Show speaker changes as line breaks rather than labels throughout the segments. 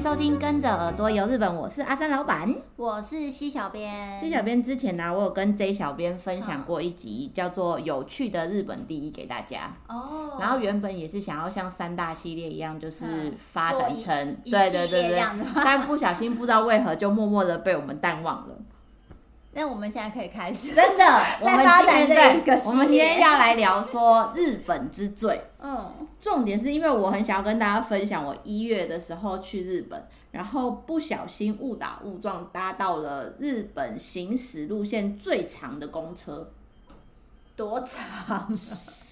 收听《跟着耳朵游日本》，我是阿三老板。
我是西小编，
C 小编之前呢、我有跟 J 小编分享过一集叫做《有趣的日本第一》给大家。
哦，
然后原本也是想要像三大系列一样，就是
嗯
发
做
展
一
成
一
对
系
对
列
对
这
对，
样子吗
但不小心不知道为何就默默的被我们淡忘 了。
那我们现在可以 开始，
真的，我们
发
今天
展这一个
对，
系
我们今天
列
要来聊说日本之最。
嗯，
重点是因为我很想要跟大家分享，我一月的时候去日本，然后不小心误打误撞搭到了日本行驶路线最长的公车，
多长？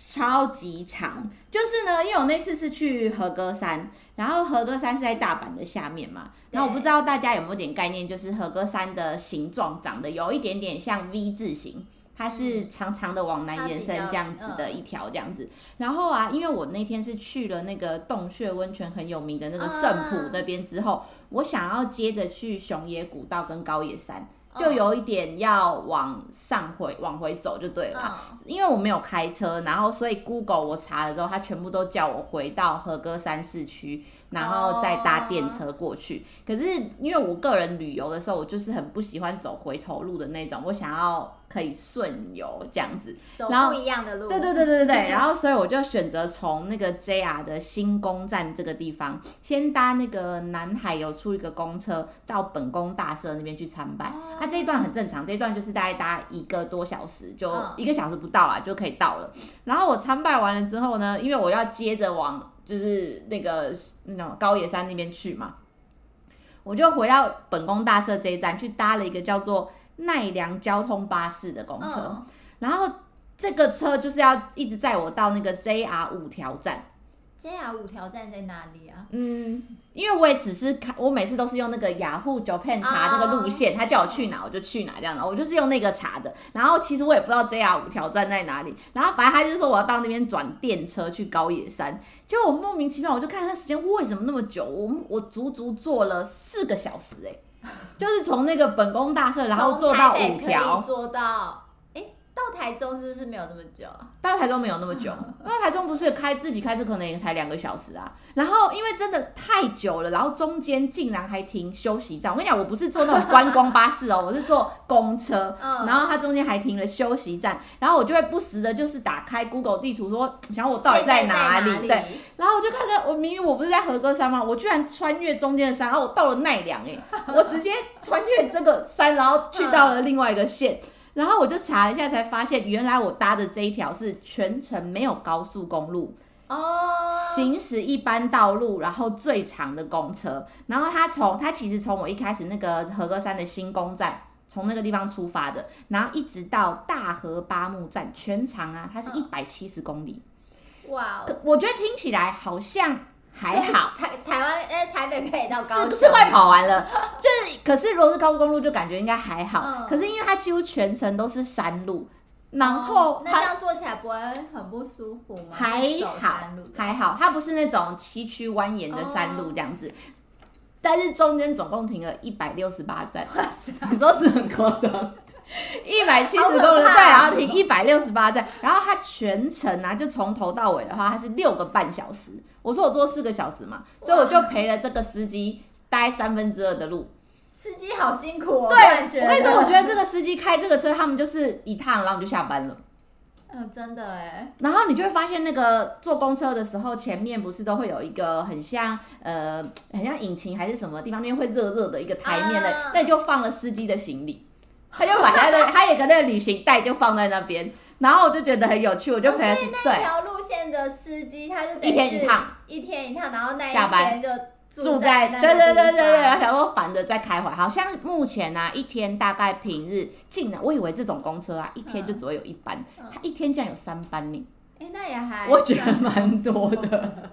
超级长。就是呢，因为我那次是去和歌山，然后和歌山是在大阪的下面嘛，
对
然后我不知道大家有没有点概念，就是和歌山的形状长得有一点点像 V 字形。它是长长的往南延伸
它比较
这样子的一条这样子，然后啊，因为我那天是去了那个洞穴温泉很有名的那个圣浦
啊
那边之后，我想要接着去熊野古道跟高野山，
嗯
就有一点要往上回往回走就对了啦。
嗯
因为我没有开车，然后所以 Google 我查了之后，它全部都叫我回到和歌山市区，然后再搭电车过去。可是因为我个人旅游的时候，我就是很不喜欢走回头路的那种，我想要可以顺游这样子。
走
嗯然后
不一样的路，嗯
对对对对对 对。然后所以我就选择从那个 JR 的新宫站这个地方，先搭那个南海有出一个公车到本宫大社那边去参拜。
哦
那、这一段很正常，这一段就是大概搭一个多小时，就
嗯
一个小时不到啦，就可以到了。然后我参拜完了之后呢，因为我要接着往就是那个那种高野山那边去嘛，我就回到本宫大社这一站去搭了一个叫做奈良交通巴士的公车。
嗯
然后这个车就是要一直载我到那个 JR 五条站。
，JR 五条站在哪里啊？
嗯，因为我也只是看，我每次都是用那个雅虎 Japan 查那个路
哦
线，他、叫我去哪我就去哪这样的，我就是用那个查的。然后其实我也不知道 JR 五条站在哪里，然后反正他就是说我要到那边转电车去高野山，结果我莫名其妙我就看那时间为什么那么久，我我足足坐了四个小时哎、就是从那个本宫大社，然后坐到
从台北
五条
可以，坐到，哎，到台中是不是没有这么久啊？
到台中没有那么 久，因为台中不是开自己开车可能也才两个小时啊。然后因为真的太久了，然后中间竟然还停休息站。我跟你讲，我不是坐那种观光巴士哦， 我是坐公车，
嗯
然后它中间还停了休息站，然后我就会不时的就是打开 Google 地图说，想我到底
现在
哪
哪
里？对，，然后我就看看，我明明我不是在和歌山吗？我居然穿越中间的山，然后我到了奈良、欸，我直接穿越这个山，然后去到了另外一个县。然后我就查了一下，才发现原来我搭的这一条是全程没有高速公路，
哦，
行驶一般道路，然后最长的公车。然后它从它其实从我一开始那个和歌山的新宫站，从那个地方出发的，然后一直到大和八木站，全长啊，它是一百七十公里。
哇哦，，
可我觉得听起来好像还好
台台湾呃台北可以到高
是
雄，
不是快跑完了？ 就是，可是如果是高速公路，就感觉应该还好。
嗯
可是因为它几乎全程都是山路，然后
哦那这
它
样坐起来不会很不舒服吗？
还
走
好
山路的，
还好，它不是那种崎岖蜿蜒的山
哦
路这样子。但是中间总共停了一百六十八站， 你说是很夸张？一百七十公里，
好可
对，
怕
然后停一百六十八站，然后它全程啊，就从头到尾的话，它是六个半小时。我说我坐四个小时嘛，所以我就陪了这个司机大概三分之二的路。
司机好辛苦哦，
对，我
我
跟你说，我觉得这个司机开这个车，他们就是一趟，然后你就下班了。
嗯，真的哎，
然后你就会发现，那个坐公车的时候，前面不是都会有一个很像呃，很像引擎还是什么地方，那边会热热的一个台面的，
啊
那你就放了司机的行李，他就把 他的他有个那个旅行袋就放在那边，然后我就觉得很有趣，我就陪他、
哦所以那
对
条路线的司机他就得
一天一
是
趟，
一天一趟，然后那一
下班
天就
住
在
在
那
对
个
对对对
地方
对，然后想说反着再开回来，好像目前啊一天大概平日竟然我以为这种公车啊一天就只会有一班，
嗯
它一天竟然有三班呢，
哎，那也还
我觉得蛮多的，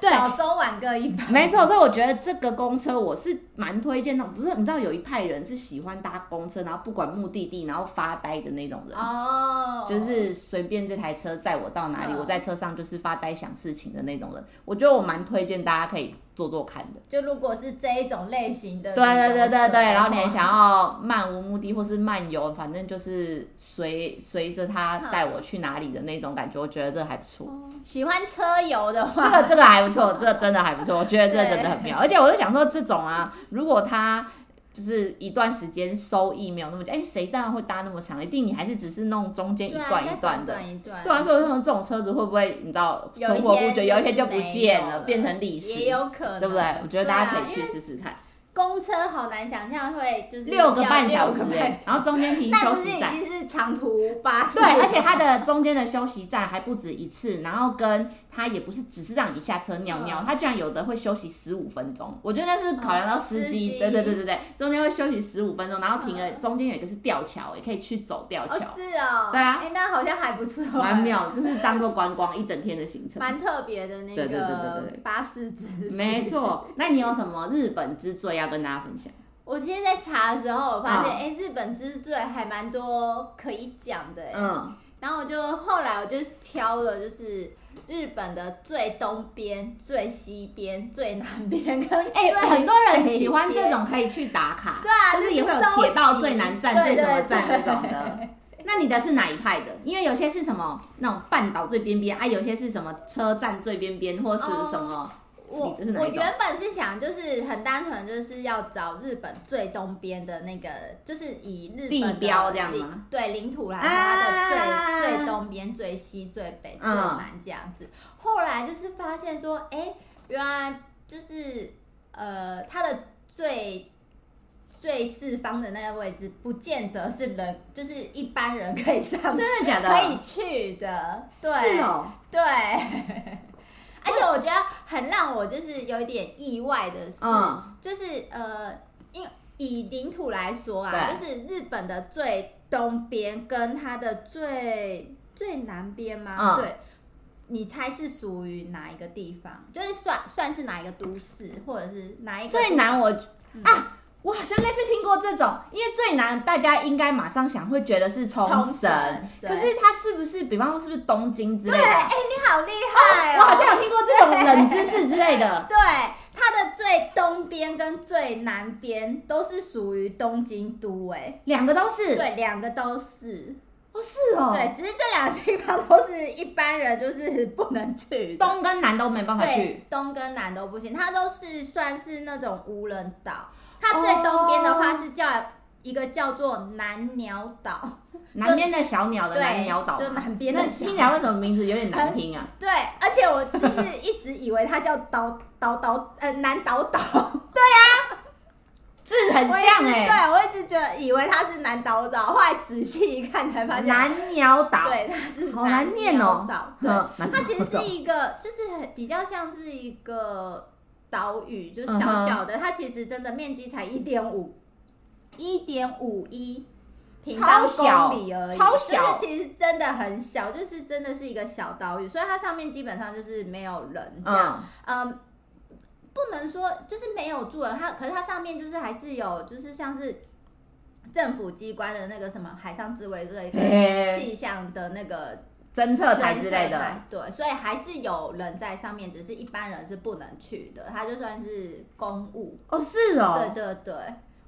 对。
早中晚各一 班，
没错，所以我觉得这个公车我是蛮推荐的。不是，你知道有一派人是喜欢搭公车，然后不管目的地，然后发呆的那种人，
哦，
就是随便这台车载我到哪里，
嗯
我在车上就是发呆想事情的那种人。我觉得我蛮推荐大家可以做做看的。
就如果是这一种类型的，
对对对对对，然后你也想要漫无目的或是漫游，反正就是随随着他
嗯
带我去哪里的那种感觉，我觉得这还不错。
喜欢车游的
这
话，
个这个还不错，这个真的还不错，我觉得这真的很妙。而且我就想说，这种啊，如果他就是一段时间收益没有那么久，哎，谁当然会搭那么长？一定你还是只是弄中间一
对啊
段
应
一
该
段的。
短一段，
对啊，所以我就想这种车子会不会你知道
有一
存活不
天
久，有一天
就
就是不
没
见
有
了，
了
变成历史，
也有可能，
对不对？我觉得大家
对啊
可以去
因为
试试看，
公车好难想象会就是
六个半小
要六
时
个半
哎，然后中间停
那
休
不是
息
已
站。
经是长途巴 士？
对，而且它的中间的休息站还不止一次，然后跟它也不是只是让你下车尿尿，
嗯
它居然有的会休息十五分钟，我觉得那是考量到司
哦司
机，
机
对对对对对，中间会休息十五分钟，然后停了，
嗯
中间有一个是吊桥，也可以去走吊
哦
桥，
是哦，
对啊
哎那好像还不错，欸
蛮、妙，就是当做观光一整天的行程。
蛮特别的那
对对对对对
个巴士之旅
没错，那你有什么日本之最要跟大家分享？
我今天在查的时候，我发现
嗯
哎、诶日本之最还蛮多可以讲的、诶
嗯，
然后我就后来我就挑了，就是日本的最东边、最西边、最南边跟
哎、
最
很多人喜欢
北
这
边
种可以去打卡，
对啊
就是
就是
也会有
收
铁道
集
最南站、
对
最什么
对
站
对
这种的。那你的是哪一派的？因为有些是什么那种半岛最边边啊，有些是什么车站最边边，或是什么、
我
你是哪
我
一种
原本是想就是很单纯，就是要找日本最东边的那个，就是以日本
地标
的
这样吗
领对，领土来说
啊
它的最、最东边、最西、最北、最
嗯
南这样子。后来就是发现说，哎、原来就是呃，它的最。最四方的那个位置，不见得是人，就是一般人可以上去，
真的假的？
哦可以去的，对，
是哦，
对， 而且我觉得很让我就是有一点意外的是，
嗯
就是呃，因以领土来说啊，
对
就是日本的最东边跟它的最最南边吗？
嗯
对。你猜是属于哪一个地方？就是算算是哪一个都市，或者是哪一个
最难我、啊，我好像类似听过这种，因为最难大家应该马上想会觉得是冲
冲
绳
绳，对
可是它是不是比方说是不是东京之类
对，
的？
哎、你好厉害、哦
我好像有听过这种冷知识之类 的。
对，它的最东边跟最南边都是属于东京都、哎，
两个都是，
对，两个都是。
哦是哦，
对，只是这两个地方都是一般人就是不能去的。
东跟南都没办法去。
对，东跟南都不行，它都是算是那种无人岛。它最东边的话
哦
是叫、一个叫做南鸟岛，
南边的小鸟的
对
哦南鸟岛嘛，
就南边的
那
小
听起来为什么名字有点难听啊？
对，而且我就是一直以为它叫岛岛岛呃南岛岛，
字很
我一
像
直
哎、
对我一直觉得以为它是南岛岛，后来仔细一看才发现，
南鸟岛，
对，它是
好难念哦
南鸟岛，对。
嗯，南
它其实
鸟
是
岛
一个，就是很比较像是一个岛屿，就是
嗯哼
小小的。它其实真的面积才一点五，一点五一平方公里而已，
超小超小
就是其实真的很小，就是真的是一个小岛屿，所以它上面基本上就是没有人这样。
嗯，
嗯不能说就是没有住人，它可是它上面就是还是有，就是像是政府机关的那个什么海上自卫队跟
嘿，
气象的那个
侦测台之类
侦测
的，
台，对，所以还是有人在上面，只是一般人是不能去的，它就算是公务。
哦是哦，
对对对，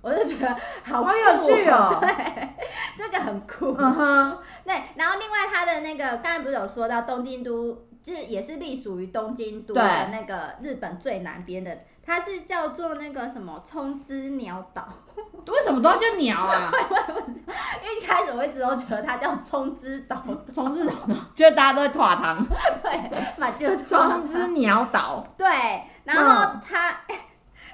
我就觉得好酷
好有趣哦
对，这个很酷。
嗯哼，
对，然后另外它的那个刚才不是有说到东京都，就是也是隶属于东京都的
对
那个日本最南边的，它是叫做那个什么冲之鸟岛。
为什么都要叫鸟啊？
因为一开始我一直都觉得它叫冲之 岛，
重置岛，觉得大家都会垮 糖，
对，嘛就
重之鸟岛，
对，然后它。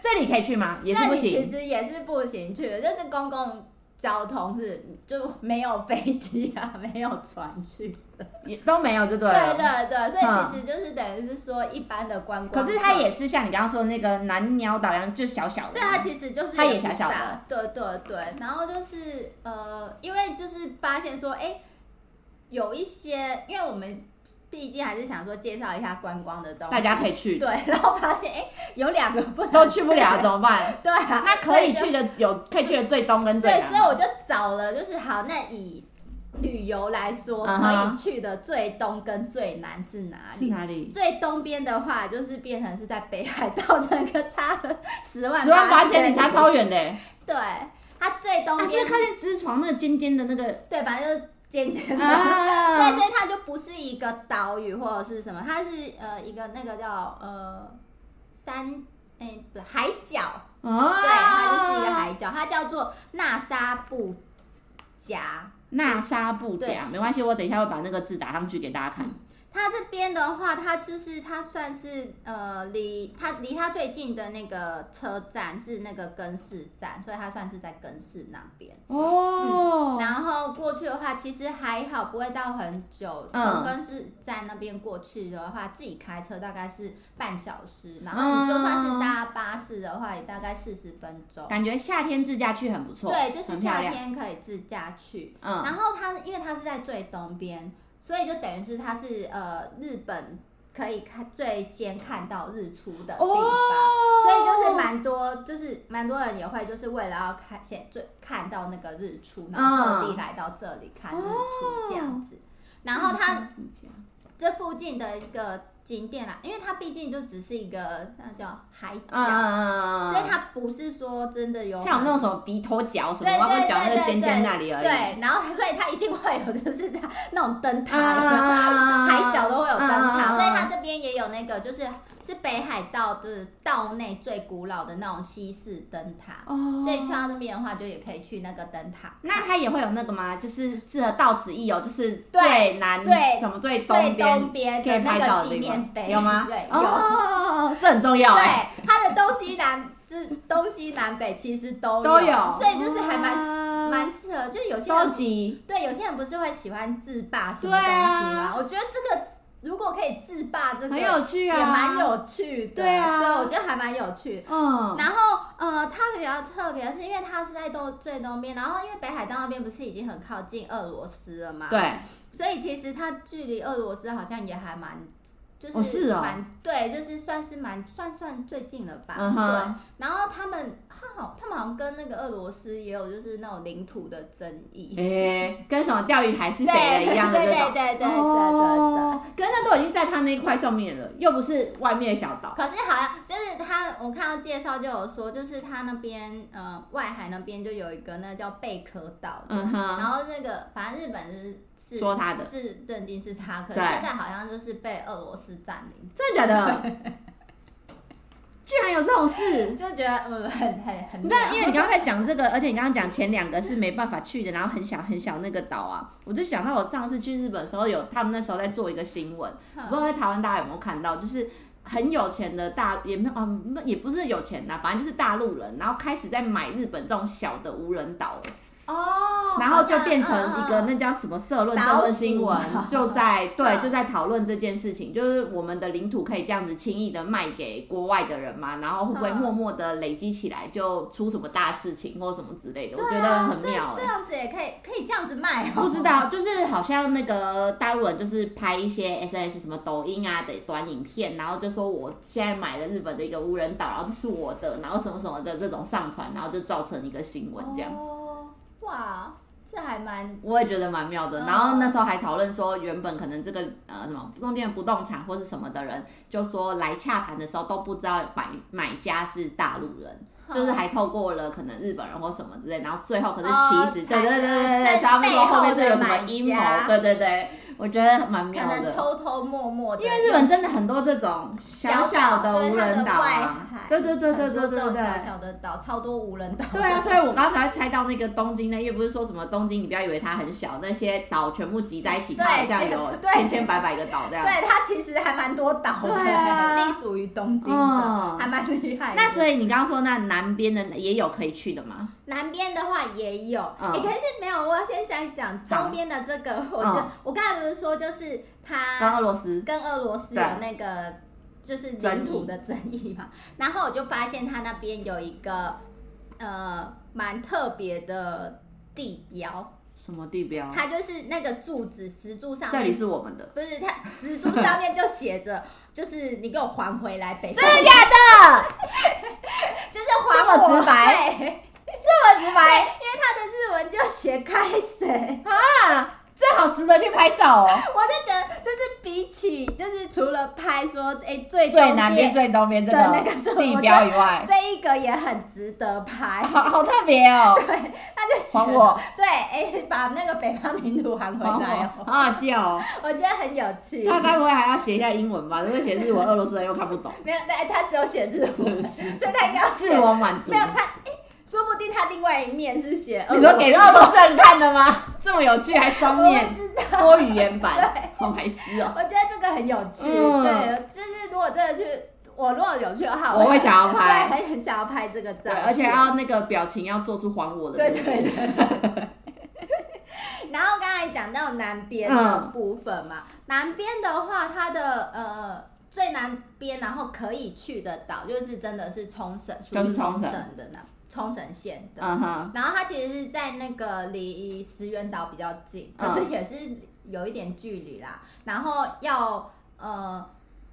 这里可以去吗？嗯也是
这
不
里其
行，
实也是不行去的，就是公共交通是就没有飞机啊， 没有船去。
也都没有就对啊
对
了。
对对，所以其实就是等于是说一般的观光
可
客。
是它也是像你刚刚说的那个南鸟岛一样，就小小的，
对它其实就是
它也
不
小小的
大，对对对。然后就是呃，因为就是发现说，哎，有一些，因为我们毕竟还是想说介绍一下观光的东西，
大家可以去，
对， 然后发现哎，有两个不能
都去不了怎么办？
对啊，
那可以
所就
去的有可以去的最东跟最
对，所以
南，
我就找了，就是好，那以旅游来说，
嗯
可
哼
以去的最东跟最南是哪
是
里？
哪里？
最东边的话，就是变成是在北海道，整个差了十万
十万八千里
里
差超远的、欸，
对，它最东
啊，是不
边
是靠近直床那个尖尖的那个
对，反正就是尖尖的。对，
啊？
所以它就不是一个岛屿或者是什么，它是呃一个那个叫呃山，哎、不是海角，
哦，
对，它就是一个海角，它叫做纳沙布夹。
纳沙布
对
甲，没关系，我等一下会把那个字打上去给大家看。
它这边的话，它就是它算是呃离它离它最近的那个车站是那个根室站，所以它算是在根室那边。
哦，
然后过去的话，其实还好，不会到很久。
嗯
从根室站那边过去的话，自己开车大概是半小时，然
嗯
后你就算是搭巴士的话，也大概四十分钟。
感觉夏天自驾去很不错，
对，就是
很漂
夏
亮。
天可以自驾去。
嗯，
然后它因为它是在最东边，所以就等于是它是呃日本可以看最先看到日出的地方。
哦
所以就是蛮多，就是蛮多人也会就是为了要看先最看到那个日出，然后特地来到这里看日出这样
哦
子。然后
嗯
它这附近的一个景点啊啦，因为它毕竟就只是一个那叫海角，
嗯，
所以它不是说真的有
像我们那种什么鼻头角什么，我们脚那个尖尖那里而已。
对，然后所以它一定会有就是它那种灯塔。有没有
嗯，
海角都会有灯塔，
嗯嗯嗯嗯
所以它这边也有那个，就是是北海道的道内最古老的那种西式灯塔。
哦，
所以去到这边的话，就也可以去那个灯塔。
那它也会有那个吗？就是适合到此一游，就是
对
最南
最
怎么最
最
东边
东边
可
的
以拍
那
照
个纪
地
念
方
碑
有吗？
对，有。
哦，这很重要哎。
对，它的东西南就是东西南北其实都
都有，
所以就是还蛮
啊
蛮适合，就有些
收
人
集。
对有些人不是会喜欢自霸什
对
么东西
啊
吗？我觉得这个如果可以自霸，这个
很有趣啊，
也蛮，有趣的，
对啊
我觉得还蛮有趣的。
嗯，
然后呃，它比较特别，是因为它是在东最东边，然后因为北海道那边不是已经很靠近俄罗斯了嘛，，
对，
所以其实它距离俄罗斯好像也还蛮，就是
哦
蛮、
是哦
对，就是算是蛮算算最近了吧，
嗯哼
对。然后他们他好，他们好像跟那个俄罗斯也有就是那种领土的争议，
诶，跟什么钓鱼台是
对
谁的一样的
对
这
对
种，
对对对对对对。
哦，可是那都已经在他那一块上面了，又不是外面的小岛，
可是好像就是他，我看到介绍就有说，就是他那边呃外海那边就有一个那叫贝壳岛，
嗯哼，
然后那个反正日本是是
说他的
是认定是他，可是
对
现在好像就是被俄罗斯占领，
真的假的？居然有这种事！
就觉得嗯很很很
你
妙
知道，因为你刚才讲这个，而且你刚刚讲前两个是没办法去的，然后很小很小那个岛啊，我就想到我上次去日本的时候有，他们那时候在做一个新闻，我不知道在台湾大家有没有看到，就是很有钱的大也没有啊，那也不是有钱啦，反正就是大陆人，然后开始在买日本这种小的无人岛了，
哦，
然后就
好像
变成一个
嗯嗯
那叫什么社论
岛
政论新闻
屿嘛，
就在对
嗯
就在讨论这件事情，就是我们的领土可以这样子轻易的卖给国外的人嘛，然后会不会
嗯
默默的累积起来就出什么大事情或什么之类的，我
对
觉
啊
得很妙
这
哎、
这样子也可以可以这样子卖哦，
不知道，就是好像那个大陆人就是拍一些 S S 什么抖音啊的短影片，然后就说我现在买了日本的一个无人岛，然后这是我的，然后什么什么的这种上传，然后就造成一个新闻这样。
哦，哇，这还蛮
我也觉得蛮妙的，
嗯
然后那时候还讨论说，原本可能这个呃什么中间不动产或是什么的人，就说来洽谈的时候都不知道买买家是大陆人，就是还透过了可能日本人或什么之类，然后最后可是其实、
哦
对对对对
在
对，他们说后面是有什
背
么
后的买
阴谋
家，
对对对，我觉得蛮
可
妙
能
的。
偷偷摸摸的，
因为日本真的很多这种小小的无人岛啊，对对对对对对对对
小小的岛，超多无人岛。
对啊，所以我刚才猜到那个东京呢，又不是说什么东京，你不要以为它很小，那些岛全部集在一起，它
对
好像
这个
有
对
千千百百个岛这样。
对它其实还蛮多岛的，
对啊
隶属于东京的，
嗯
还蛮厉害的。
那所以你刚刚说那南边的也有可以去的吗？
南边的话也有，哎、
嗯
可是没有，我要先讲一讲
好嗯
东边的这个，我觉得、我刚才不是说就是
跟
它
俄罗斯
跟俄罗斯有
对
那个就是领
争
土
议
的争议嘛，然后我就发现它那边有一个呃蛮特别的地标，
什么地标？
它就是那个柱子石柱上
这里
面，
是我们的，
不是它石柱上面就写着， 就是你给我还回来北，
真的假 的？
就是还我
这么直白
对
这么直
对，
白
因为它的日文就写开水，
啊？这这好值得去拍 照哦。
我就觉得，就是比起就是除了拍说哎、最
最
东
南边、
边
最东边这
的那个什么
地标以外，
这一个也很值得拍，
好好特别 哦，
那就行
还我
对，哎、把那个北方领土还回
好
来哦，
好好笑 哦。
我觉得很有趣。
他该不会还要写一下英文吧？如果写日文，俄罗斯人又看不 懂，
没有，哎，他只有写
是
日
不
文，
是？
所以他应该要写
自我满足
没。有他，哎、说不定他另外一面是写
你说给
俄
俄罗斯人看的吗？ 这么有趣，还双
哦罗斯，我
面
不知道。
多语言版， 好白痴哦！
我觉得这个很有趣，
嗯
对，就是如果真的去，我如果有去的话，
我会想要
对，
拍，
很很想要拍这个照
对，
片，
而且要那个表情要做出还我的那个。
对对对。 然后刚才讲到南边的
嗯
部分嘛，南边的话，它的呃最南边，然后可以去的岛，就是真的是冲绳，属于
就是冲
冲
绳
的那冲绳县的。
嗯哼，
然后它其实是在那个离石垣岛比较近，可
嗯
是也是有一点距离啦。然后要呃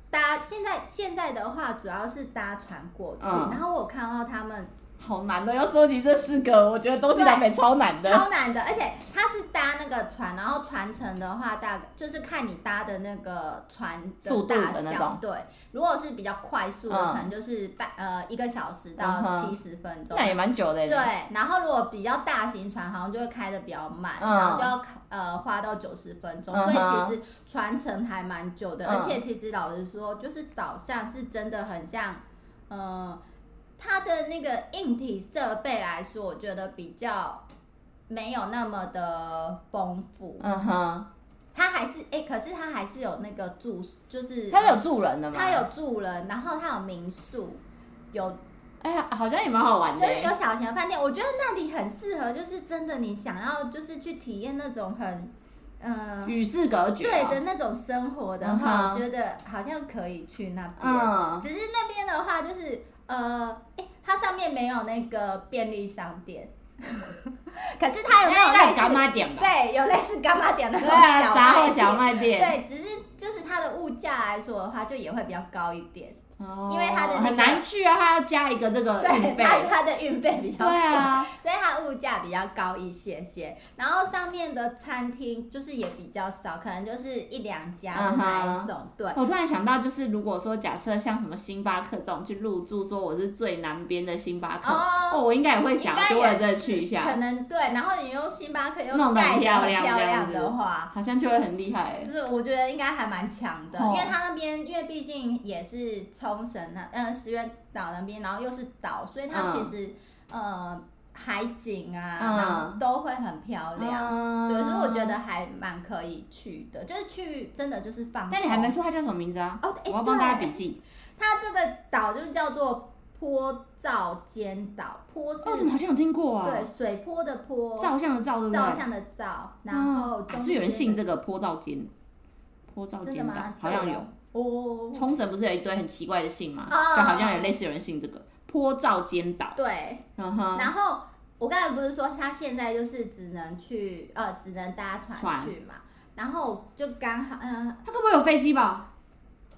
搭现在现在的话，主要是搭船过去。
嗯
然后我有看到他们
好难哦的，要收集这四个，我觉得东西南北超难的。
超难的，而且它是搭那个船，然后船程的话大概就是看你搭的那个船
速度的
大
那
小
种。
对，如果是比较快速的，
嗯
可能就是半呃一个小时
嗯
到
哼
七十分钟。
那也蛮久的耶。
对，然后如果比较大型船，好像就会开的比较慢，
嗯
然后就要呃花到九十分钟，
嗯哼
所以其实船程还蛮久的。
嗯
而且其实老实说，就是岛上是真的很像，呃，它的那个硬体设备来说，我觉得比较没有那么的丰富。
嗯哼，
它还是哎、可是它还是有那个住，就是
他是有住人的吗？
它有住人，然后它有民宿，有
哎呀，好像也蛮好玩
就
的欸
是
耶。
有小型的饭店，我觉得那里很适合，就是真的你想要就是去体验那种很，嗯、
与世隔绝
对
哦。
的那种生活的
嗯哼
话，我觉得好像可以去那边。
嗯，
只是那边的话，就是呃，哎、它上面没有那个便利商店， 可是它有
那哎
那
那干
种类似，
妈点吧。
对，有类似干妈点的那
对
种
啊，杂货
小
小
卖
卖店。
店。对，只是就是它的物价来说的话，就也会比较高一点，
哦
因为它的那个
很难去啊，它要加一个这个
对
运，费。
它它的运费比较
对
高。
啊，
所以它物价比较高一些些，然后上面的餐厅就是也比较少，可能就是一两家的
嗯
那一种。对，
我突然想到，就是如果说假设像什么星巴克这种去入住，说我是最南边的星巴克，
哦
哦，我应该也会想
应该也
就为了这个去一
可
下，
能对。然后你用星巴克又
弄得
盖
很
得
漂
很
亮
漂
这样
亮
子
的话，
好像就会很厉害欸
就。是我觉得应该还蛮强的，
哦
因为它那边因为毕竟也是冲绳那嗯石垣岛那边，然后又是岛，所以它其
嗯
实、呃海景啊，
嗯
然后都会很漂亮。
嗯
对，所以我觉。得还蛮可以去的，就是去真的就是放空。
但你还没说它叫什么名字啊？
哦，哎、
我要帮大家
对
笔记。
它这个岛就叫做坡照间岛，坡是、
哦，怎么好像有听过啊？
对水坡的坡，
照相的照，对不对？
照相的照，然后
哦
中
还是有人信
间
这个坡照间，坡照
的真的
间吧
吗？，
好像有。
哦，
冲绳不是有一堆很奇怪的姓吗？
啊
就好像有类似有人姓这个坡照间岛，
对，
嗯哼，
然后我刚才不是说他现在就是只能去呃只能搭船
船
去嘛，然后就刚好嗯、
它会不会有飞机吧？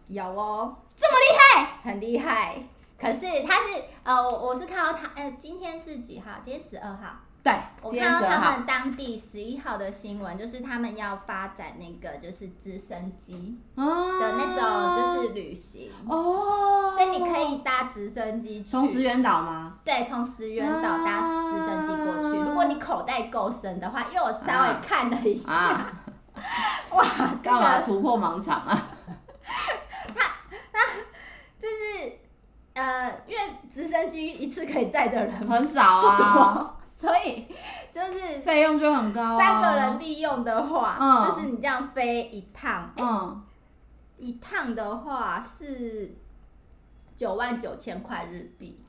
有哦，这么厉害，很厉害。可是他是呃，我我是看到他呃，今天是几号？今天十二号。
对，
我
今天
看到
12
他
号，
们当地十一号的新闻，就是他们要发展那个就是直升机的
的
那种就是旅行，
哦，
所以你可以搭直升机去
从。石原岛吗？
对，从石原岛搭
啊
直升机过去。如果你口袋够深的话，因为我稍微看了一下，
啊，
哇，这
干嘛
个
突破盲场啊？
就是呃，因为直升机一次可以载的人 不
很少啊，
多，所以就是
费用就很高，啊
三个人，利用的话，
嗯
就是你这样飞一趟，
嗯，
一趟的话是九万九千块日币，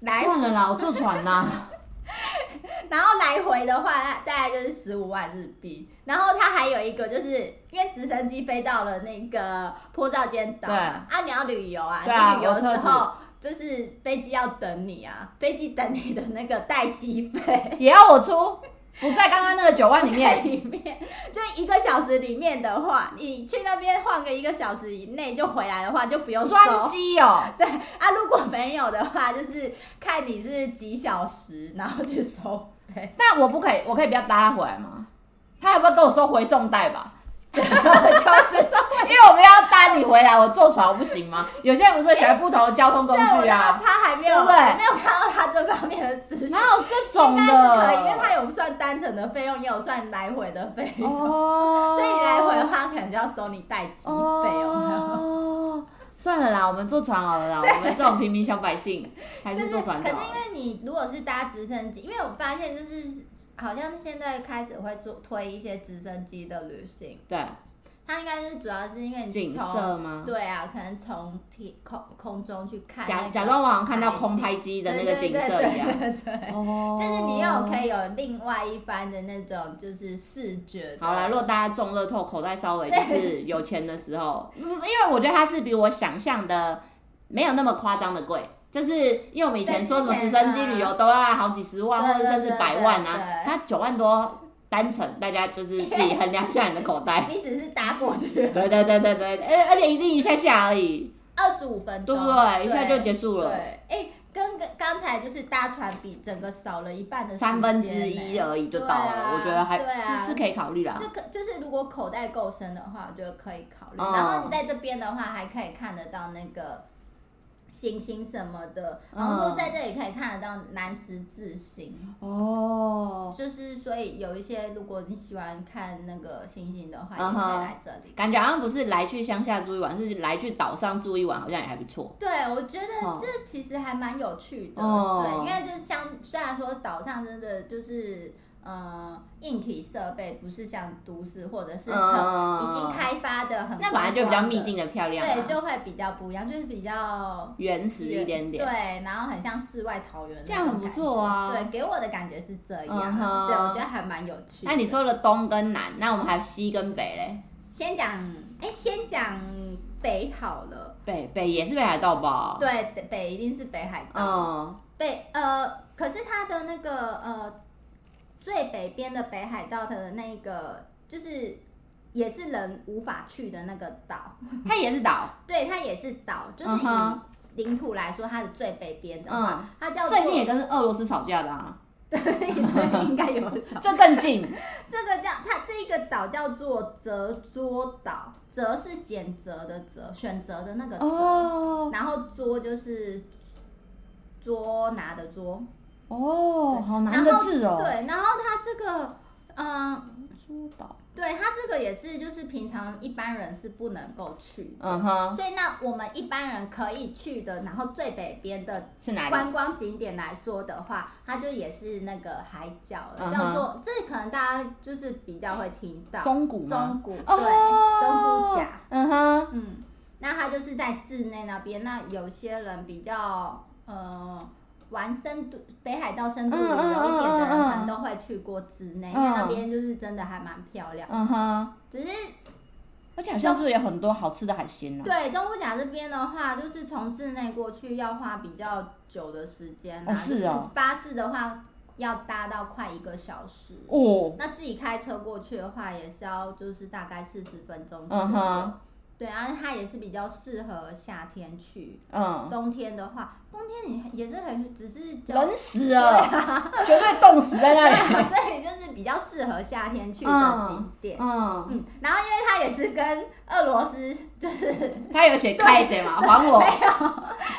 来，
算了啦，我坐船啦，
然后来回的话大概就是十五万日币。然后它还有一个就是因为直升机飞到了那个坡照间岛嘛，
对
啊，你要旅游啊，
对啊
你旅游
有
的
车
时
子
候就是飞机要等你啊，飞机等你的那个待机费。
也要我出，不在刚刚那个九万里
在
面，
里面，就一个小时里面的话，你去那边晃个一个小时以内就回来的话，就不用收。
专机哦，
对啊，如果没有的话，就是看你是几小时，然后去收费。
那我不可以，我可以不要搭他回来吗？他要不要跟我说回送带 吧？就是因为我们要带你回来，我坐船我不行吗？有些人不是会喜欢不同的交通工
这我
具
到
啊，
他还没有
对不对
没有看到他这方面的资讯，
哪有这种
应该是可以，因为
的？
他有算单程的费用，也有算来回的费 用，
哦，
所以你来回的话，可能就要收你待机费哦。
哦，算了啦，我们坐船好了啦，我们这种平民小百姓还
就是是，
坐船
可
就是好
因
了。
为你如果是搭直升机，因为我发现就是好像现在开始会做推一些直升机的旅行，
对，
它应该是主要是因为你
景
从
色吗？
对啊，可能从天空空中去看那
假
个
假装我好像看到空
海
拍
景
机的那个景色一样
对。对对对对
哦，
就是你又可以有另外一番的那种，就是视觉的。
好啦，如果大家中乐透，口袋稍 微就是有钱的时候，嗯，因为我觉得它是比我想象的没有那么夸张的贵，就是因为我们以前说什么直升机旅游都要好几十万，
对
或者甚至百万
对对
啊
对，
它九万多单程，大家就是自己衡量一下你的口袋。
你只是打 过去
对对对对对，而而且一定一下下而已，
二十五分
对
钟，
不对？一下就结束
对，
了，
哎、跟跟刚才就是搭船比，整个少了一半的时间
三
呢
分之一而已就到
对
了
啊，
我觉得还
对啊
是是可以考虑啦。
是可就是如果口袋够深的话，我觉得可以考虑。
嗯
然后你在这边的话，还可以看得到那个星星什么的，然后
嗯
说在这里可以看得到南十字星。
哦，
就是所以有一些，如果你喜欢看那个星星的话，也
嗯
可
哼
以来这里。
感觉好像不是来去乡下住一晚，是来去岛上住一晚，好像也还不错。
对，我觉得这其实还蛮有趣的。
哦
对，因为就是像虽然说岛上真的就是呃硬体设备不是像都市或者是很
嗯，
已经开发的很
那本来就比较秘
观
境的漂亮、啊，
光的，对，就会比较不一样，就是比较
原始一点点。
对，然后很像世外桃源，
这样很不错啊
对，给我的感觉是这样，
嗯哼
对我觉得还蛮有趣
那
的。
你说了东跟南，那我们还有西跟北嘞？
先讲，哎、先讲北好了。
北北也是北海道吧？，
对，北北一定是北海道。
嗯，
北呃，可是它的那个呃，最北边的北海道的那个，就是也是人无法去的那个岛。
它也是岛，
对，它也是岛，就是
嗯哼
以领土来说，它的最北边的话，
嗯，
它叫做
这一定也跟俄罗斯吵架的啊，
对，应该有找。
这更 近。
这个叫它这个岛叫做折桌岛，折是拣择的择，选择的那个择。
哦
然后桌就是捉拿的捉，
哦，好难的
然后
字哦。
对，然后它这个，嗯，
诸岛，
对，它这个也是就是平常一般人是不能够去，
嗯哼，
所以那我们一般人可以去的，然后最北边的
是哪里？
观光景点来说的话，它就也是那个海角了，
嗯哼
叫做这可能大家就是比较会听到
中古吗？
中古，对，
哦
中古甲。
嗯哼。
嗯，那他就是在志内那边。那有些人比较呃玩深度北海道深度旅游一点的人，
嗯嗯嗯嗯嗯
可能都会去过志内，
嗯
因为那边就是真的还蛮漂亮。
嗯哼，
只是
而且好像是不是有很多好吃的海鲜啊呢、
对中部甲这边的话，就是从志内过去要花比较久的时间、啊，
哦是哦
就是巴士的话要搭到快一个小时。
哦，
那自己开车过去的话，也是要就是大概四十分钟左右。
嗯哼，
对，然后它也是比较适合夏天去，
嗯，
冬天的话，冬天你也是很只是交
冷死了，
啊
绝对冻死在那里。
对， 所以就是比较适合夏天去的景点。
嗯，
嗯，然后因为它也是跟俄罗斯， 就是
嗯他有写开谁嘛？还我。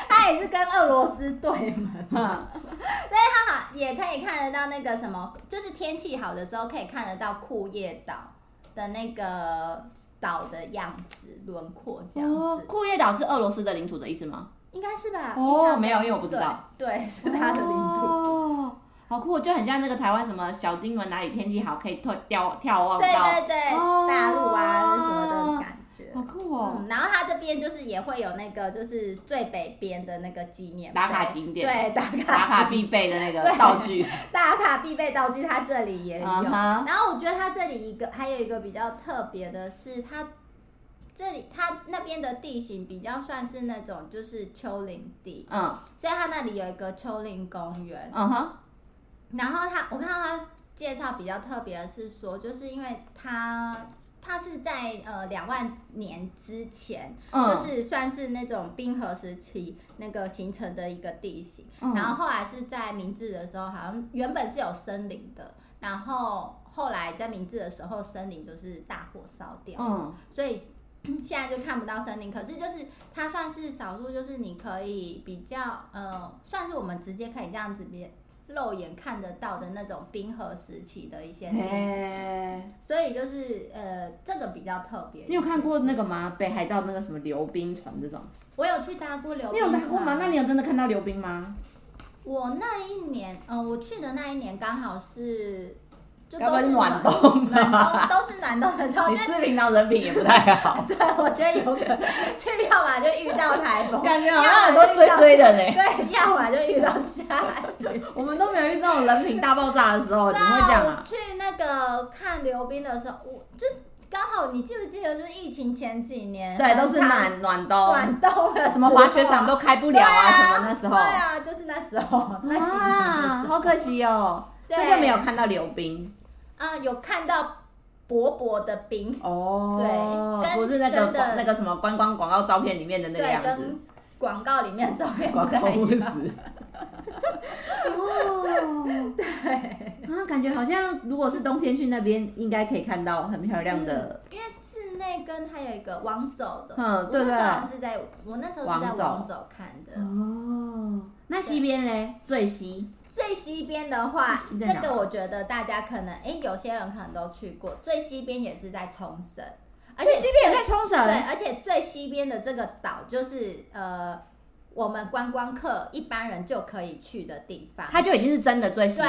它也是跟俄罗斯对门，
哼
它好也可以看得到那个什么，就是天气好的时候可以看得到库页岛的那个岛的样子轮廓这样
哦
子，，
库页岛是俄罗斯的领土的意思吗？
应该是吧？印象
哦，
中
没有，因为我不知道。
对，对，是它的领土。
哦，好酷，就很像那个台湾什么小金门哪里天气好可以退掉眺望
对
到，
对对，
哦
大陆啊什么的感觉。
好酷哦。
嗯，然后它这边就是也会有那个就是最北边的那个纪念碑
打卡景点
对打卡
打卡必备的那个道具，
打卡必备道具，它这里也有。
嗯哼，
然后我觉得它这里一个还有一个比较特别的是，它这里它那边的地形比较算是那种就是丘陵地，
嗯
所以它那里有一个丘陵公园。
嗯哼，
然后他，我看到他介绍比较特别的是说，就是因为他他是在呃两万年之前，
嗯，
就是算是那种冰河时期那个形成的一个地形，
嗯
然后后来是在明治的时候，好像原本是有森林的，然后后来在明治的时候，森林就是大火烧掉，
嗯，
所以现在就看不到森林。可是就是它算是少数，就是你可以比较呃，算是我们直接可以这样子别肉眼看得到的那种冰河时期的一些历史。
哎，
所以就是呃，这个比较特别。
你有看？过那个吗？北海道那个什么溜冰船这种，
我有去搭过溜
你
冰
有
船。
拿过吗？那你有真的看到溜冰吗？
我那一年，呃，我去的那一年刚好是，就
该不
都
会
是
是暖冬啊吧
暖冬都是暖冬的时候。
你
但
吃平常人品也不太 好，
对，我觉得有可能去，要么就遇到台风，
感觉好像很多衰衰的呢。
对，要么就遇到下雨。
我们都没有遇到人品大爆炸的时候，怎么会这样
那我
啊？
去那个看溜冰的时候，我就刚好，你记不记得，就是疫情前几年，
对，都
很
是
常
暖暖冬，
啊暖冬的时候，
什么滑雪场都开不
不
了啊，什么那时候
对啊，就是那时候，那几年的时
啊，
候
好可惜哦，
对
所以就没有看到溜冰
啊，有看到薄薄的冰。
哦
对跟
不是那个
真的
那个什么观光广告照片里面的那个
对，
样
跟
子，
广告里面的照片
广
不
告
太一
务
样
实。哦，对啊，感觉好像如果是冬天去那边，应该可以看到很漂亮的，
因为室内跟还有一个王走的，
嗯
我
对
那时
对
候好像是在我那时候是在
王走
王走看的。
哦。那西边嘞，最西
最西边的话，
西在
这
哪
个我觉得大家可能哎、有些人可能都去过。最西边也是在冲绳，而且
最西边也在冲
对，
绳，
而且最西边的这个岛就是呃，我们观光客一般人就可以去的地方。
它就已经是真的最西，
对，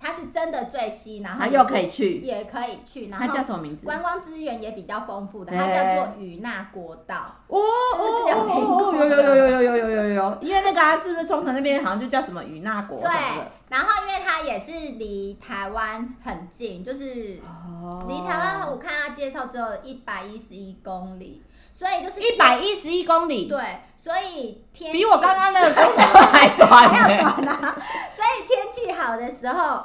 它是真的最西，然后
它又
也是
可以去，
也可以去，然
它
后
叫什么名字？
观光资源也比较丰富的，
哎
它叫做与那国道。
哦
是不是叫苹
哦
果
哦，有有有有有有有有有有，因为那个啊，是不是冲绳那边好像就叫什么与那国
对
什么的？，
然后因为它也是离台湾很近，就是离
哦
台湾，我看他介绍只有一百一十一公里，所以就是
一百一十一公里，
对，所以天气
比我刚刚那个工程还短
还要
呢。
短啊， 所以天气好的时候。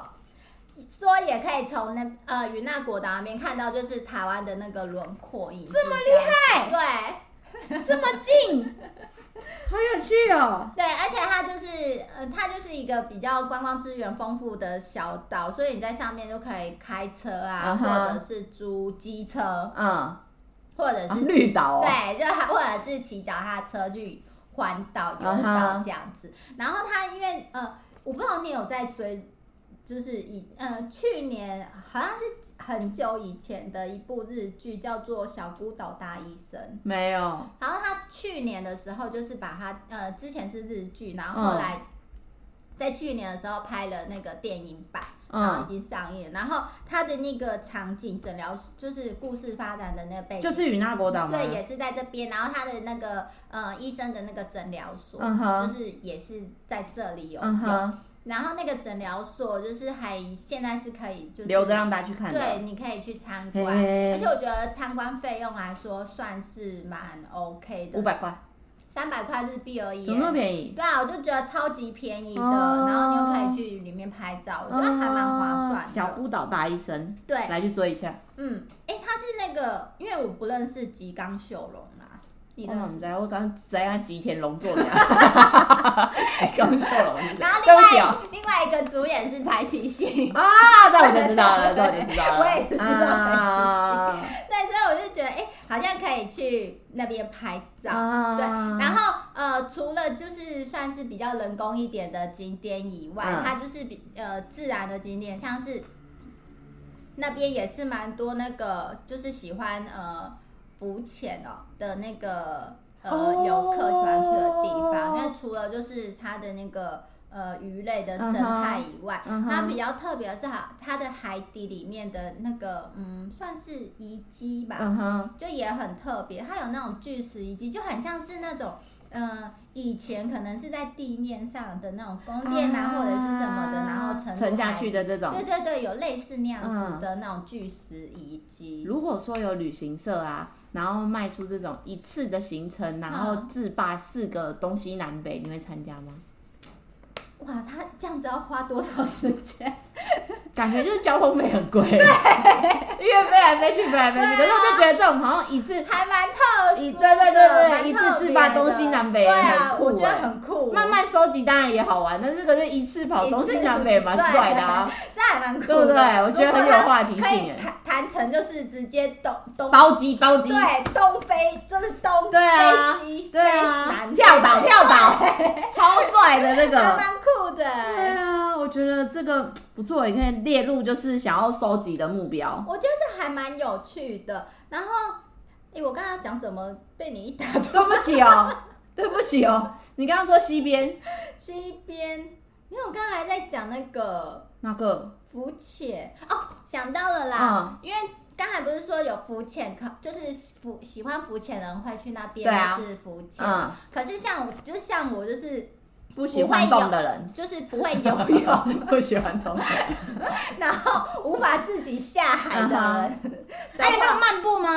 说也可以从那呃与那国岛那边看到，就是台湾的那个轮廓影，这么厉害，对，
这么近，好有趣哦。
对，而且它就是，呃，它就是一个比较观光资源丰富的小岛，所以你在上面就可以开车啊
嗯哼
或者是租机车，
嗯， 啊
或者是、
绿岛哦，
对，就还或者是骑脚踏车去环岛、游
嗯
岛
哼
这样子。然后它因为呃，我不知道你有在追，就是以呃去年好像是很久以前的一部日剧，叫做《小孤岛大医生》。
没有，
然后他去年的时候就是把他呃之前是日剧，然
嗯
后后来在去年的时候拍了那个电影版，然后
嗯，
已经上映。然后他的那个场景诊疗就是故事发展的那个背景，
就是与那国岛吗？
对，也是在这边。然后他的那个呃医生的那个诊疗所，
嗯
就
哼，
是也是在这里有。
嗯哼，
然后那个诊疗所就是还现在是可以就是
留着让大家去看的。
对，你可以去参观。而
嘿
且，我觉得参观费用来说算是蛮 OK 的，
五百块，
三百块日币而已
怎么那么
耶。
便宜？
对啊，我就觉得超级便宜的，
哦
然后你又可以去里面拍照，我觉得还蛮划
哦
算
小
的。
孤岛大医生，
对，
来去追一下。
嗯，哎、他是那个，因为我不认识吉冈秀荣啦，你
哦我
认
哪
识？
知道，我刚知影吉田龙做的， 吉冈秀龙。
然后
对
另
不起
外、
哦
另外一个主演是柴崎幸，
啊，这我就知道了，这我就知道了。
我也知道
啊
对，所以我就觉得哎、诶好像可以去那边拍照。
啊
对，然后呃，除了就是算是比较人工一点的景点以外，
嗯
它就是比呃自然的景点，像是那边也是蛮多那个就是喜欢呃浮潜哦的那个呃、
哦
游客喜欢去的地方，因为除了就是它的那个呃鱼类的生态以外。
嗯
它
哼
比较特别的是它它的海底里面的那个嗯，算是遗迹吧，
嗯哼，
就也很特别，它有那种巨石遗迹，就很像是那种，呃，以前可能是在地面上的那种宫殿啊，或者是什么的，然后沉入
啊沉下
海
去。的这
对
种。
对对，有类似那样子
嗯
的那种巨石遗迹。
如果说有旅行社啊，然后卖出这种一次的行程，然后
嗯
制霸四个东西南北，你会参加吗？
哇，它这样子要花多少时间？
感觉就是交通费
啊
很贵，因为飞来飞去，飞来飞去。可是我就觉得这种好像一次
还蛮特
一
一
对对对对，一次自拔东西南北
对
也
啊，
很
我
酷
觉得
哎。
很酷，
慢慢收集当然也好玩，但是可是一次跑东西南北也蛮帅的啊，
这还蛮酷
对不
的，
对？我觉得很有话题
如果它可以
性哎。
谈谈成就是直接东东
包机包机，
对东飞就是东
对啊
飞西
对
飞
啊，
南
跳倒跳倒， 超帅的那
还
个。
蛮酷的。
对啊，我觉得这个不错，也可以列入就是想要收集的目标。
我觉得这还蛮有趣的。然后，诶，我刚刚讲什么被你一打断？
对不起哦， 对不起哦，你刚刚说西边
西边，因为我刚才在讲那个
那个，
浮潜哦，想到了
嗯
啦，因为刚才不是说有浮潜，可就是浮喜欢浮潜的人会去那边
对啊
就是浮潜。
嗯，
可是像我，就是像我，就是
不喜欢动的人，
就是不会游泳，
不喜欢动的人。
然后无法自己下海的人。的
哎，那
话
个漫步吗？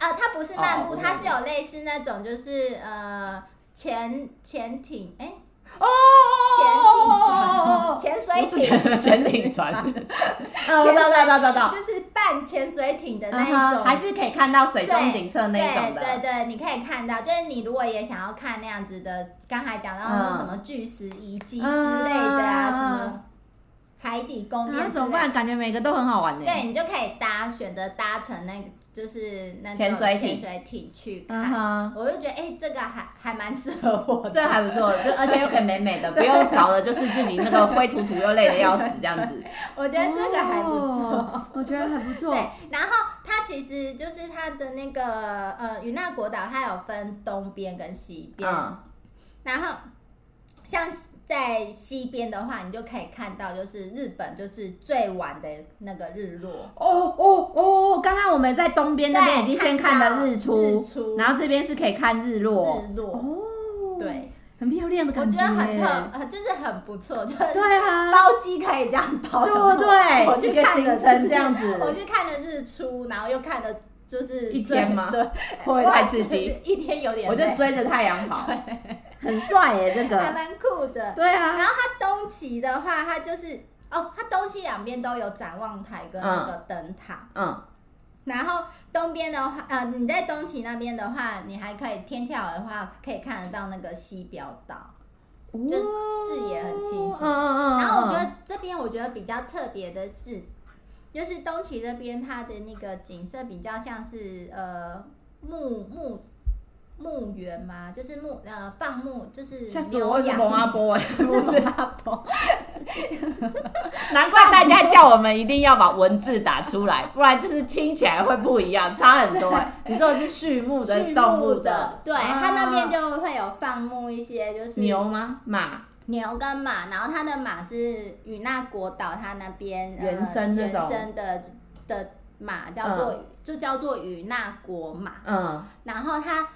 啊，它不是漫步，
哦
它是有类似那种，就是呃潜潜艇，哎、
哦
潜艇船、潜水
不是
艇，
潜潜艇船， 嗯，我知道，知道，知道，知道。
就是半潜水艇的那
嗯
一
哼，
种，
还是可以看到水中景色那一种
对对
的，
对，你可以看到，就是你如果也想要看那样子的，刚才讲到那
嗯
什么巨石遗迹之类的啊，
嗯
什么海底宫
那
殿之
啊怎么
类
办？
的。
感觉每个都很好玩呢。
对，你就可以搭选择搭乘那个，就是那种
潜水艇
潜水艇去
嗯
看。
哼，
我就觉得，哎、这个还还蛮适合 我
这
的。
还不错，就而且又可以美美的，不用搞的就是自己那个灰土土又累的要死这样 子。
我觉得这个还不错。
哦，我觉得还不错
对，然后它其实就是它的那个呃与那国岛，它有分东边跟西边。
嗯
然后像在西边的话，你就可以看到就是日本就是最晚的那个日落。
哦哦哦！刚刚我们在东边那边
对
已经先看
看
了
到
日出，
日出
然后这边是可以看日落。
日落，
哦，
对，
很漂亮的
我
感
觉
觉
得
耶，
很特，呃就是很不错，就是
对啊，
包机可以这样包的
对啊不对？
我去看
一
了
个行程
日
这样
我
子，
去看了日出，然后又看了就是
一天吗
对，
会不会太刺激？，
一天有点
我
累，
就追着太阳跑，很帅耶，这
还
个。
蛮酷的。
对啊，
东崎的话，它就是哦，它东西两边都有展望台跟那个灯塔。
嗯，
然后东边的话，呃，你在东崎那边的话，你还可以天气好的话，可以看得到那个西表岛。就是视野很清晰
哦嗯嗯嗯。
然后我觉
嗯
得这边我觉得比较特别的是，就是东崎这边它的那个景色比较像是呃墓墓墓园嘛，就是墓呃放牧就是
吓死我，
牛
我是
羊
蒙阿波哎，
不
不
是
是，
蒙阿波，
难怪大家叫我们一定要把文字打出 来，不然就是听起来会不一样，差很多哎。你说的是畜牧的
畜
动
牧
物的，
对，
啊
它那边就会有放牧一些就是
牛吗？马？
牛跟马，然后它的马是与那国岛它那边呃
原生那种
原生的的马叫做、就叫做与那国马，
嗯，
然后它。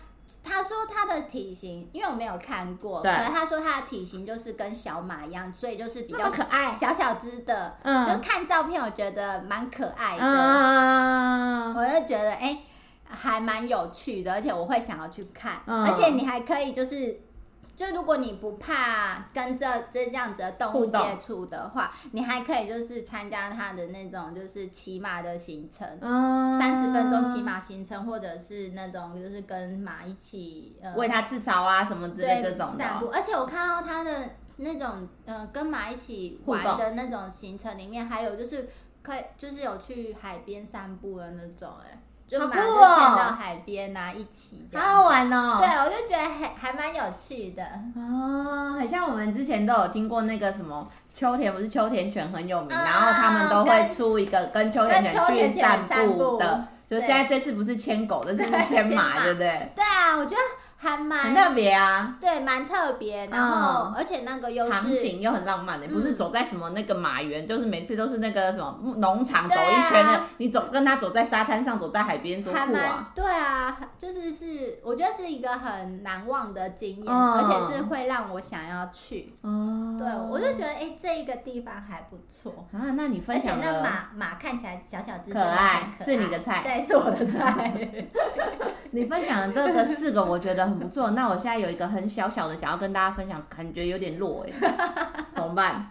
他说它的体型，因为我没有看过，
对
可是他说它的体型就是跟小马一样，所以就是比
那
较
么可爱，
小小只的，
嗯
就看照片我觉得蛮可爱的，
嗯，
我就觉得哎、还蛮有趣的，而且我会想要去看，
嗯
而且你还可以就是，就如果你不怕跟这这这样子的动物
互动
接触的话，你还可以就是参加它的那种就是骑马的行程。
嗯
三十分钟骑，马行程，或者是那种就是跟马一起呃
喂它吃草啊什么之类
对
这种的
散步，
哦。
而且我看到他的那种呃跟马一起玩
互动
的那种行程里面，还有就是可以就是有去海边散步的那种、哎，就
好
马
酷
就牵
哦
到海边啊，一起这
好好
样。
玩哦！
对，我就觉得还还蛮有趣的。
哦，很像我们之前都有听过那个什么秋田，不是秋田犬很有名，
啊
然后他们都会出一个跟秋田
跟秋
去
田犬
散
散步
的，就
对
现在这次不是牵 狗，这次是牵
牵马
马，对不对？
对啊，我觉得还
很
蛮
特别啊，
对，蛮特别。然后、而且那个又
场
是
景又很浪漫的，不是
嗯
走在什么那个马原，就是每次都是那个什么农场走
对啊
一圈的，你走跟他走在沙滩上，走在海边，多
还
酷啊！
蛮对啊，就是是我觉得是一个很难忘的经验，
嗯
而且是会让我想要去。
哦，
对，我就觉得哎、诶这个地方还不错，
啊，那你
而
分
且
享
那
了，
马马看起来小小只，
可
真的
爱
很可
是你的菜
对，是我的菜。
你分享的这个四个，我觉得很不错。那我现在有一个很小小的想要跟大家分享，感觉有点弱哎、怎么办？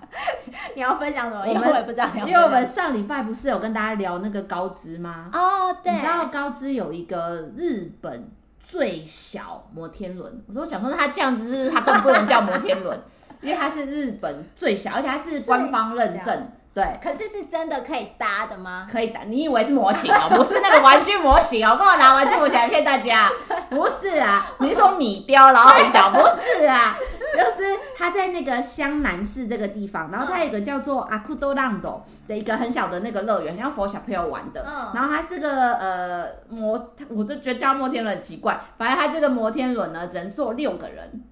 你要分享什么？
我
因
们
为我也不知道你
因
要
为我们
分
上礼拜不是有跟大家聊那个高知吗？
享哦，对
你，知道高知有一个日本最小摩天轮。我说，我想说他这样子是不是他更不能叫摩天轮？因为它是日本最小，而且它是官方认
最
证，对，
可是是真的可以搭的吗？
可以的。你以为是模型哦、 不是那个玩具模型哦、不要拿玩具模型来骗大 家，不是啊，你是说米雕然后很小，不是啊，就是它在那个湘南市这个地方，然后它有一个叫
嗯
做阿库多浪斗的一个很小的那个乐园，很像佛小朋友玩的，
嗯，
然后它是个呃摩，我就觉得叫摩天轮很奇怪。反正它这个摩天轮呢，只能坐六个人。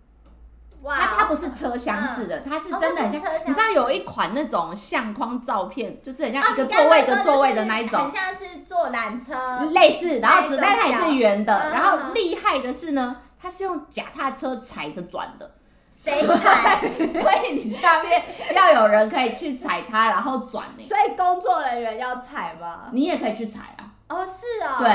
哇
它它不是车厢式的，它是真的很像。
哦它不是车厢
你知道有一款那种相框照片，就是很像
啊
一个
你
座
刚
位
刚
一个
说
座位的
就是
那一种嗯
很，像是坐缆车，
类似。然后
那一
子
种
弹它也是圆的。
小
然后
呃嗯嗯嗯
厉害的是呢，它是用脚踏车踩着转的。
谁踩？
所以你下面要有人可以去踩它，然后转你，
所以工作人员要踩吗？
你也可以去踩啊。
哦，是哦。。
对，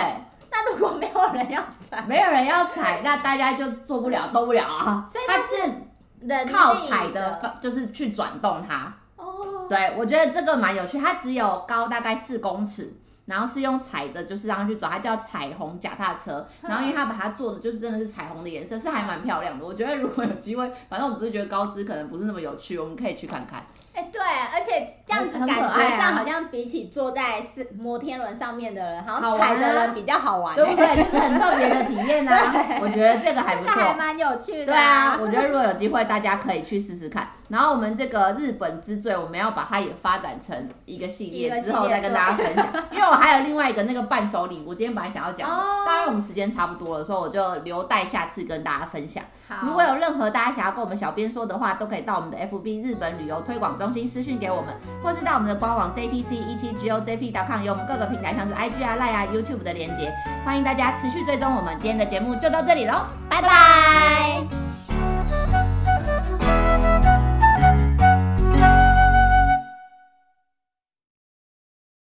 那如果没有人要 踩，
没有人要踩，那大家就做不了，动不了啊。
所以
它
它
是
人力
靠踩的方，就是去转动它。
哦，
对我觉得这个蛮有趣，它只有高大概四公尺，然后是用踩的，就是让它去转，它叫彩虹脚踏车。
嗯
然后因为它把它做的就是真的是彩虹的颜色，是还蛮漂亮的。我觉得如果有机会， 反正我只是觉得高知可能不是那么有趣，我们可以去看看。
哎、对，而且这样子
很
感
很可爱
觉
啊
上好像比起坐在是摩天轮上面的人，好
好
像
玩啊
踩的人比较好玩、
对不
欸，
对？就是很特别的体验 啊！我觉得这个还
这
不
个
错。
还蛮有趣的、
对啊，，我觉得如果有机会，大家可以去试试看。然后我们这个日本之最，我们要把它也发展成一个系
一个
列，
系
之
列
后再跟大家分享。因为我还有另外一个那个伴手礼，我今天本来想要讲的，
哦
当然我们时间差不多了，所以我就留待下次跟大家分享。
好，
如果有任何大家想要跟我们小编说的话，都可以到我们的 FB 日本旅游推广中心私讯给我们，或是到我们的官网 JTC 一七 GOJP.com 有我们各个平台像是 IG 啊、Line 啊、YouTube 的连接，欢迎大家持续追踪我们。今天的节目就到这里喽，拜拜